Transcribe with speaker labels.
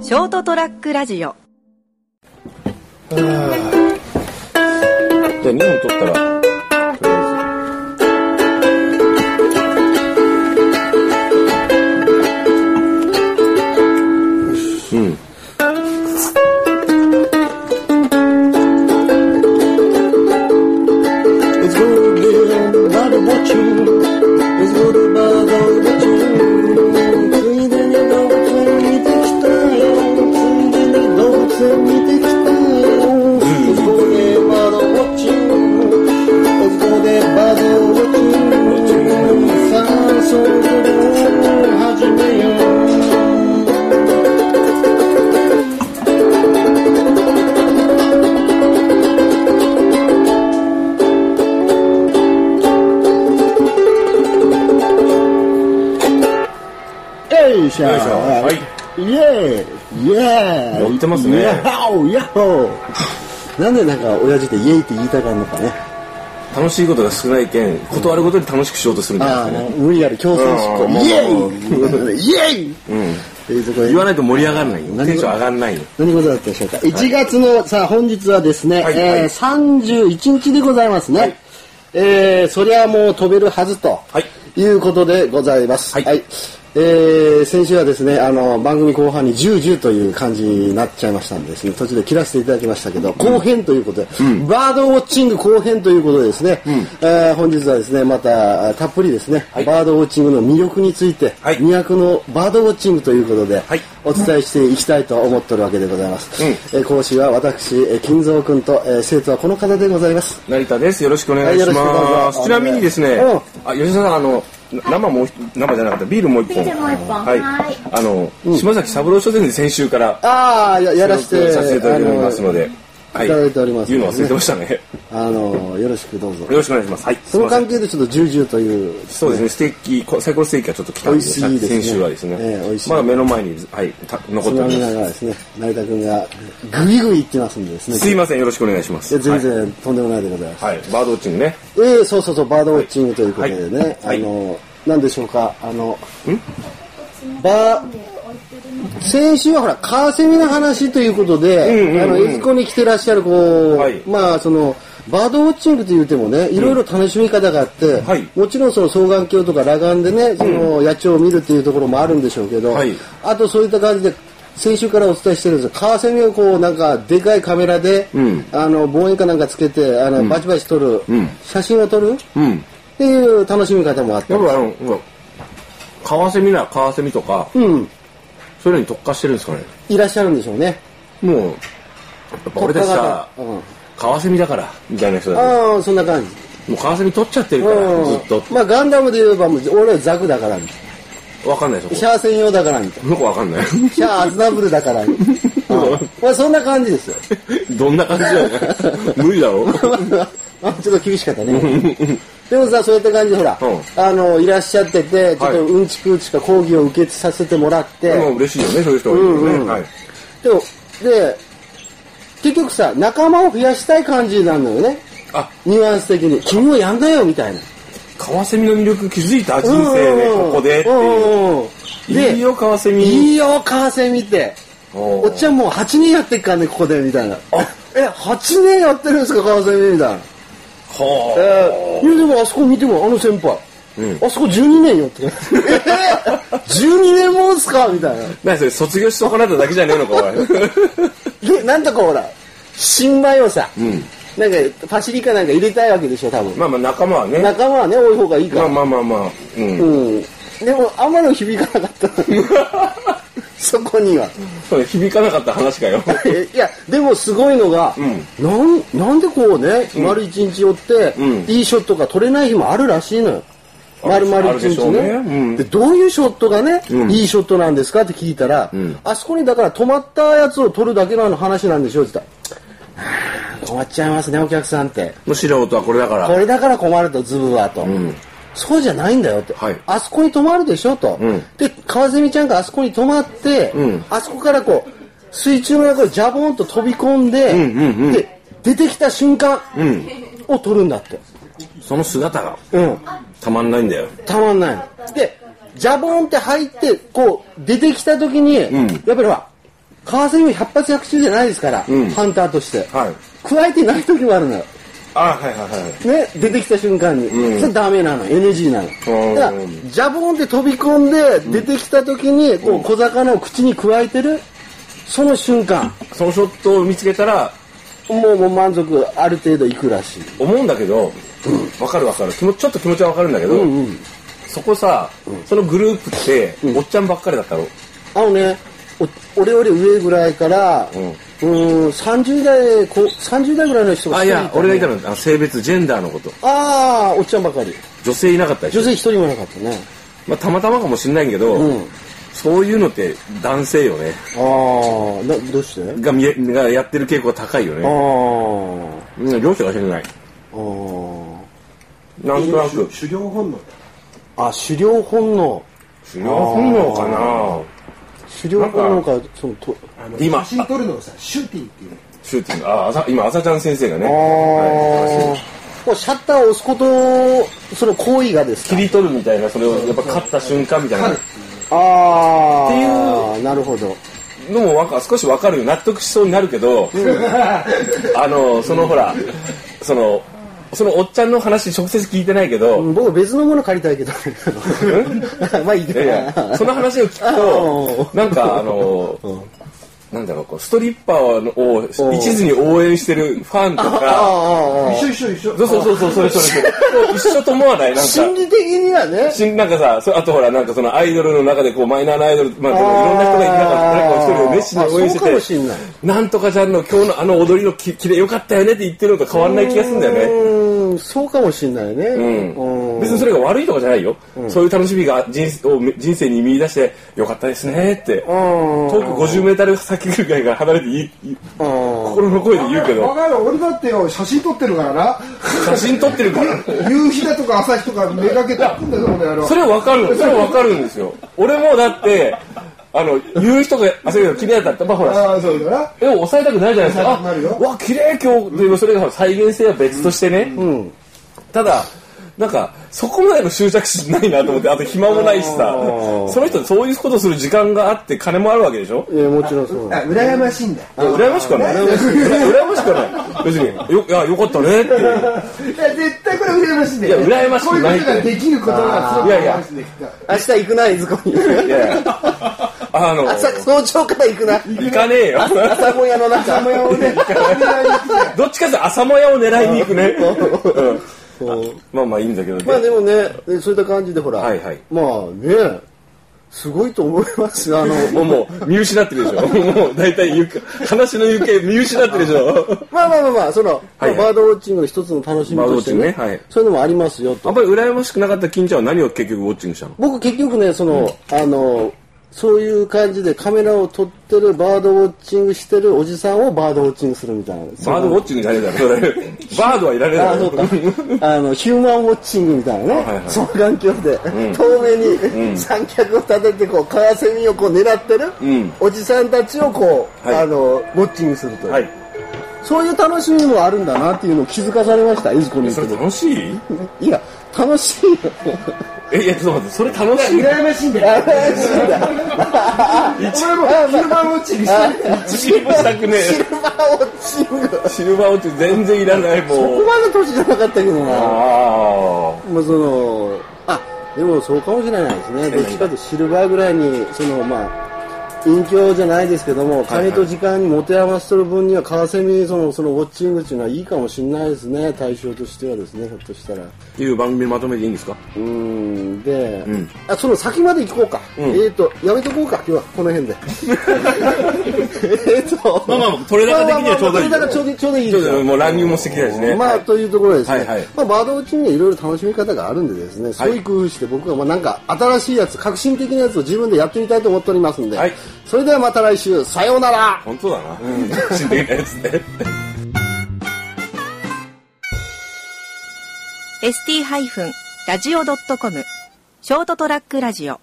Speaker 1: ショートトラックラジオ
Speaker 2: じゃあ2本取ったら、とりあえず。うん。It's gonna be about watching. It's gonna be about watching. ついでに動物園見てきたよ。ついでに動物園見てきたよ。It's gonna be about watching. It's gonna be about watching. さあ、そろそろ始めよう。
Speaker 3: よ
Speaker 2: よいしょ。
Speaker 3: いしょはい
Speaker 2: イエーイイエーイ
Speaker 3: 乗ってますね
Speaker 2: イヤッホーイヤッホーなんでなんか親父ってイエイって言いたがるのかね。
Speaker 3: 楽しいことが少ないけん断ることで楽しくしようとするんじゃな
Speaker 2: ああ、
Speaker 3: くてね
Speaker 2: 無理やり強制執
Speaker 3: うん
Speaker 2: 行。イエーイイエイっていうところで
Speaker 3: 言わないと盛り上がらないよ
Speaker 2: 何
Speaker 3: テンション上がんないよ
Speaker 2: 何事だったでしょうか。1月の、さあ本日はですね、
Speaker 3: はい
Speaker 2: えー、31日でございますね。
Speaker 3: はい
Speaker 2: えー、そりゃもう飛べるはずと、、
Speaker 3: はい
Speaker 2: うことでございます。
Speaker 3: はい
Speaker 2: えー、先週はですね、あの、番組後半に10、10という感じになっちゃいましたんでですね、途中で切らせていただきましたけど、後編ということで、バードウォッチング後編ということでですね、えー本日はですね、またたっぷりですね、
Speaker 3: はい
Speaker 2: バードウォッチングの魅力について、
Speaker 3: はい
Speaker 2: 魅惑のバードウォッチングということで、
Speaker 3: はい
Speaker 2: お伝えしていきたいと思っておるわけでございます、
Speaker 3: うん
Speaker 2: えー講師は私えー金蔵君と、えー生徒はこの方でございます
Speaker 3: 成田ですよろしくお願いし
Speaker 2: はいよろしくど
Speaker 3: ま
Speaker 2: うぞ
Speaker 3: すちなみにですね
Speaker 2: うん
Speaker 3: あ吉田さんあの生もう一生じゃなかったビールもう一本
Speaker 4: ビールもう一本
Speaker 3: はい
Speaker 4: はい
Speaker 3: あの島崎三郎書店で先週から
Speaker 2: ああややらせ
Speaker 3: 登録
Speaker 2: て
Speaker 3: させていただいておりますのではい
Speaker 2: ただいております
Speaker 3: 言うの忘れてま したねよ
Speaker 2: あのーよろしくどうぞ
Speaker 3: ろしくお願いしますはい
Speaker 2: その
Speaker 3: すいません
Speaker 2: 関係でちょっとジュージューという
Speaker 3: そうですね、ステーキこ、サイコロステーキはちょっと来たんで、
Speaker 2: 美味しいですね
Speaker 3: 先週はですね、
Speaker 2: ええ美味しい
Speaker 3: まだ目の前に、はい、た残
Speaker 2: つ
Speaker 3: って
Speaker 2: ま
Speaker 3: おり
Speaker 2: み
Speaker 3: ま
Speaker 2: ながら
Speaker 3: す。
Speaker 2: ですね成田君がグイグイ言ってますんでですね
Speaker 3: すいません、よろしくお願いします。
Speaker 2: いや全
Speaker 3: は
Speaker 2: 然とんでもないでございます、
Speaker 3: い、はいバードウォッチングね。
Speaker 2: えー、そうそうそうバードウォッチングということでね、
Speaker 3: はい
Speaker 2: あのー何でしょうかあのバー先週はほら、カーセミの話ということ
Speaker 3: うんうんう
Speaker 2: で、
Speaker 3: ん
Speaker 2: あの、エズコに来てらっしゃる、こう、
Speaker 3: はい
Speaker 2: まあ、その、バードウォッチングと言うてもね、いろいろ楽しみ方があって、
Speaker 3: はい
Speaker 2: もちろんその双眼鏡とか裸眼でね、その、野鳥を見るっていうところもあるんでしょうけど、
Speaker 3: はい
Speaker 2: あとそういった感じで、先週からお伝えしてるんですが、カーセミをこう、なんか、でかいカメラで、
Speaker 3: うん
Speaker 2: あの、望遠かなんかつけて、あの、バチバチ撮る、
Speaker 3: うん
Speaker 2: 写真を撮るっ
Speaker 3: うん。
Speaker 2: ていう楽しみ方もあって
Speaker 3: やっ。ぱあの、ほら、カワセミならカワセミとか、
Speaker 2: うん、
Speaker 3: そういうのに特化してるんですかね。
Speaker 2: いらっしゃるんでしょうね。
Speaker 3: もう、やっぱ俺たちさ、
Speaker 2: うん
Speaker 3: カワセミだから、みたいな人だね。
Speaker 2: ああ、そんな感じ。
Speaker 3: もうカワセミ取っちゃってるから、ずっと。
Speaker 2: まあガンダムで言えばもう俺はザクだからみたい
Speaker 3: わかんないで
Speaker 2: な
Speaker 3: す
Speaker 2: シ
Speaker 3: よ。
Speaker 2: ャア専用だからみたい
Speaker 3: なんかわかんない。
Speaker 2: なシャアアズナブルだからみたいなうんまあそんな感じですよ
Speaker 3: どんな感じだよね。無理だろ。
Speaker 2: まあちょっと厳しかったねでもさそういった感じでほら、
Speaker 3: うん
Speaker 2: あのいらっしゃっててちょっと
Speaker 3: はい
Speaker 2: うんちくうちか講義を受けさせてもらって、
Speaker 3: でも嬉しいよね、そういう人がいる
Speaker 2: う
Speaker 3: よ
Speaker 2: んうん
Speaker 3: ね。はい。
Speaker 2: でもで結局さ仲間を増やしたい感じになるのよね
Speaker 3: あ、
Speaker 2: ニュアンス的に君もやんなよみたいな
Speaker 3: カワセミの魅力気づいた人生で
Speaker 2: うんうんうん
Speaker 3: ここでっていう。
Speaker 2: うんうんうんで
Speaker 3: いいよ、カワセミ。
Speaker 2: いいよカーセミって
Speaker 3: お
Speaker 2: おっちゃんもう8年やってっからねここでみたいな「え8年やってるんですか川瀬みたいな「
Speaker 3: は
Speaker 2: えー、いやでもあそこ見てもあの先輩、
Speaker 3: うん
Speaker 2: あそこ12年よ」ってえー、12年もんっすか?」みたいな
Speaker 3: あ。なにそれ、卒業し損なっただけじゃねえのか、お 前。
Speaker 2: でなんとかほら新米をさ、
Speaker 3: ん
Speaker 2: なんかパシリかなんか入れたいわけでしょ多分、
Speaker 3: まあまあ、仲間はね。
Speaker 2: 仲間はね多い方がいいか
Speaker 3: ま
Speaker 2: ら、
Speaker 3: あまあまあまあ。うん。
Speaker 2: うんでもあんまり響かなかった そこには
Speaker 3: それ響かなかった話 かよ。
Speaker 2: えいやでもすごいのが、
Speaker 3: う
Speaker 2: なんなんでこうね、丸一日寄って、
Speaker 3: うん
Speaker 2: いいショットが撮れない日もあるらしいのよ。
Speaker 3: あ
Speaker 2: 丸々
Speaker 3: ある
Speaker 2: 一
Speaker 3: でしょ
Speaker 2: 日
Speaker 3: うね
Speaker 2: ね
Speaker 3: うん
Speaker 2: でどういうショットがね、
Speaker 3: うん
Speaker 2: いいショットなんですかって聞いたら、
Speaker 3: ん
Speaker 2: あそこにだから止まったやつを撮るだけの話なんでしょって言ったらはあ困っちゃいますねお客さんって
Speaker 3: むしろ音はこれだか
Speaker 2: こ
Speaker 3: ら。
Speaker 2: れだから困るとズブはと、
Speaker 3: ん
Speaker 2: そうじゃないんだよって、
Speaker 3: はい
Speaker 2: あそこに止まるでしょと、
Speaker 3: うん
Speaker 2: で川蝉ちゃんがあそこに止まって、
Speaker 3: うん
Speaker 2: あそこからこう水中の中をジャボンと飛び込んで,、
Speaker 3: んうんうん
Speaker 2: で出てきた瞬間
Speaker 3: うん。
Speaker 2: を撮るんだって、
Speaker 3: その姿が
Speaker 2: うん、
Speaker 3: たまんないんだよ。
Speaker 2: たまんないのでジャボンって入ってこう出てきた時に、
Speaker 3: ん
Speaker 2: やっぱりほらかわせも百発百中じゃないですから、
Speaker 3: うん
Speaker 2: ハンターとして、
Speaker 3: はい
Speaker 2: 加えてない時もあるのよ
Speaker 3: あはいはいはい
Speaker 2: ね、出てきた瞬間に、
Speaker 3: うん
Speaker 2: それダメなの NG なの
Speaker 3: ん
Speaker 2: だからジャボンって飛び込んで出てきた時にこう小魚を口にくわえてるその瞬間
Speaker 3: そのショットを見つけたら
Speaker 2: もうもう満足ある程度いくらしい
Speaker 3: 思うんだけど、わかるわかる気持ちちょっと気持ちはわかるんだけど、そこさ、そのグループって、おっちゃんばっかりだったろ
Speaker 2: あのねお俺より上ぐらいから、う
Speaker 3: うん
Speaker 2: ーん30代こ30代ぐらいの人が
Speaker 3: あ
Speaker 2: 一
Speaker 3: い
Speaker 2: 人
Speaker 3: や俺がいた
Speaker 2: の
Speaker 3: のあの性別ジェンダーのこと
Speaker 2: ああおっちゃんばかり
Speaker 3: 女性いなかったでし
Speaker 2: 女
Speaker 3: ょ、
Speaker 2: 性一人もいなかったね
Speaker 3: まあ、たまたまかもしんないけど、
Speaker 2: うん
Speaker 3: そういうのって男性よね
Speaker 2: ああなどうして
Speaker 3: が見えがやってる傾向が高いよ
Speaker 2: あ
Speaker 3: ね
Speaker 2: あ
Speaker 3: うん両者が知らない
Speaker 2: あ
Speaker 3: なんとなく
Speaker 1: 狩猟本能
Speaker 2: ああ狩猟本能
Speaker 3: 狩猟本能かな
Speaker 2: 狩猟本能かそのと
Speaker 1: あの
Speaker 3: 今
Speaker 1: 写真撮るのをさシューティングっていうの
Speaker 3: シューティングあ朝今朝ちゃん先生がね
Speaker 2: あ
Speaker 3: はい
Speaker 2: ーこうシャッターを押すことその行為がです
Speaker 3: 切
Speaker 2: か
Speaker 3: り取るみたいなそれをやっぱ勝った瞬間みたいな
Speaker 1: 狩る
Speaker 2: あ
Speaker 3: っ
Speaker 2: あなるほど
Speaker 3: のもわか少しわかるよ納得しそうになるけど、あのそのほらそのそのおっちゃんの話直接聞いてないけど、
Speaker 2: うん僕別のもの借りたいけど まあいい
Speaker 3: い
Speaker 2: か
Speaker 3: やいや
Speaker 2: な
Speaker 3: その話を聞く
Speaker 2: う
Speaker 3: となんかあの、なんだろうこうストリッパーを一途に応援してるファンとか
Speaker 2: ああ
Speaker 1: 一緒一緒一緒
Speaker 3: そうそうそうそうそれそれそ れ一緒と思わないなんか
Speaker 2: 心理的にはね
Speaker 3: しなんかさそあとほらなんかそのアイドルの中でこうマイナーなアイドル、まあ、このいろんな人がいる中で誰か一人を熱心に応援して
Speaker 2: あそうか
Speaker 3: て
Speaker 2: もしんない
Speaker 3: なんとかちゃんの今日のあの踊りのききれよかったよねって言ってるのと変わんない気がするんだよね。
Speaker 2: うーんそうかもしんないねうん
Speaker 3: 別にそれが悪いとかじゃないよ、そういう楽しみが人生を人生に見出してよかったですねって
Speaker 2: うん
Speaker 3: 遠く50メートル先ぐらいから離れていいいい
Speaker 2: うん
Speaker 3: 心の声で言うけ
Speaker 1: わ
Speaker 3: ど
Speaker 1: かる俺だってよ写真撮ってるから な
Speaker 3: 写真撮ってるから
Speaker 1: 夕日だとか朝日とかめがけてくんだよ俺あの
Speaker 3: それわかるのそれわかるんですよ俺もだってあの言う人があそういうの気になったってまあほら
Speaker 1: ああそうだな
Speaker 3: 絵を抑えたくなるじゃないですか。
Speaker 1: 抑えたくなる
Speaker 3: あ、
Speaker 1: よ
Speaker 3: わ、綺麗今日、でもそれが再現性は別としてね。ただ、なんか、そこまでの執着心ないなと思って、あと暇もないしさ、その人そういうことする時間があって金もあるわけでしょ
Speaker 2: いやもちろんそう
Speaker 1: あ羨ましいんだ
Speaker 3: いや羨ましくはない。羨ましくはない。別に、よ、いや、よかったねっていう。
Speaker 1: いや絶対これ羨ましいんだよ
Speaker 3: いや羨まし
Speaker 1: こう
Speaker 3: く
Speaker 1: いうこ
Speaker 3: ない
Speaker 1: とができることがすごく
Speaker 3: いやいや
Speaker 1: 羨ましいんだよきっと
Speaker 2: 明日行くないずこに
Speaker 3: いやいやあの、
Speaker 2: 朝
Speaker 3: 行
Speaker 2: 早朝から行くな
Speaker 3: かねえよ。
Speaker 2: 朝もやの中朝もやをね
Speaker 3: どっちかっていうと朝もやを狙いに行くね。うんまあまあいいんだけどね。
Speaker 2: まあでもね、でそういった感じでほら、
Speaker 3: はいはい
Speaker 2: まあね、すごいと思いますよあの、
Speaker 3: もうもう見失ってるでしょ。もう大体ゆく話の行方見失ってるでしょ。
Speaker 2: まあまあまあまあ、その、
Speaker 3: はいはい
Speaker 2: まあバードウォッチングの一つの楽しみとしてね、
Speaker 3: バードウォッチングねはい
Speaker 2: そういうのもありますよ
Speaker 3: あ
Speaker 2: と
Speaker 3: ん。まり羨ましくなかった金ちゃんは何を結局ウォッチングしたの
Speaker 2: 僕結局ね、その、あの、そういう感じでカメラを撮ってる、バードウォッチングしてるおじさんをバードウォッチングするみたいな。
Speaker 3: バードウォッチングじゃねえだろ。それバードはいらねえ
Speaker 2: あ
Speaker 3: だ
Speaker 2: あ、そうか
Speaker 3: ろ。。
Speaker 2: あの、ヒューマンウォッチングみたいなね。
Speaker 3: はいはい
Speaker 2: 双眼鏡で、遠目に三脚を立てて、こう、カワセミをこう狙ってる、
Speaker 3: ん
Speaker 2: おじさんたちをこう、
Speaker 3: はい
Speaker 2: あの、ウォッチングするという、
Speaker 3: はい。
Speaker 2: そういう楽しみもあるんだなっていうのを気づかされました、いずこに
Speaker 3: そ
Speaker 2: 行
Speaker 3: れ
Speaker 2: って
Speaker 3: 楽しい
Speaker 2: いや、楽しいよ。
Speaker 3: え、いや、ちょっと待って、それ楽しい
Speaker 1: 羨ましいんだよ
Speaker 2: 楽しいんだ。
Speaker 1: お前も昼間ウォッチングしてる
Speaker 3: シルバーしたくね
Speaker 2: シルバーウォッチング。こ
Speaker 3: え。シルバーウォッチング全然いらない、も
Speaker 2: こ
Speaker 3: う。
Speaker 2: まで年じゃなかったけど
Speaker 3: あ
Speaker 2: な。
Speaker 3: あ。
Speaker 2: まあ、そのあでもそうかもしれないですねどっちかというとシルバーぐらいにそのまあ隠居じゃないですけども金と時間に持て余してる分にはカワセミそのそのウォッチングっていうのはいいかもしれないですね対象としてはですねひょっとしたらう
Speaker 3: っていう番組まとめていいんですか
Speaker 2: ーんで、
Speaker 3: ん
Speaker 2: あその先まで行こうか、えー、とやめとこうか今日はこ の辺でえーと
Speaker 3: まあまあ取れ高的にはちょうどいい
Speaker 2: まあまあまあ取れ高ちょうどちょうどいい
Speaker 3: ち
Speaker 2: で
Speaker 3: ょっ
Speaker 2: すよ
Speaker 3: ともう乱入もしてきたしね。
Speaker 2: まあ、というところですね。
Speaker 3: はいはい
Speaker 2: まあ、バードウォッチングにはいろいろ楽しみ方があるんでですね、そういう工夫して僕はまあなんか新しいやつ、革新的なやつを自分でやってみたいと思っておりますんで、
Speaker 3: はい
Speaker 2: それではまた来週、さようなら
Speaker 3: 本当だな。死んできたやつね。
Speaker 4: ST-radio.com ショートトラックラジオ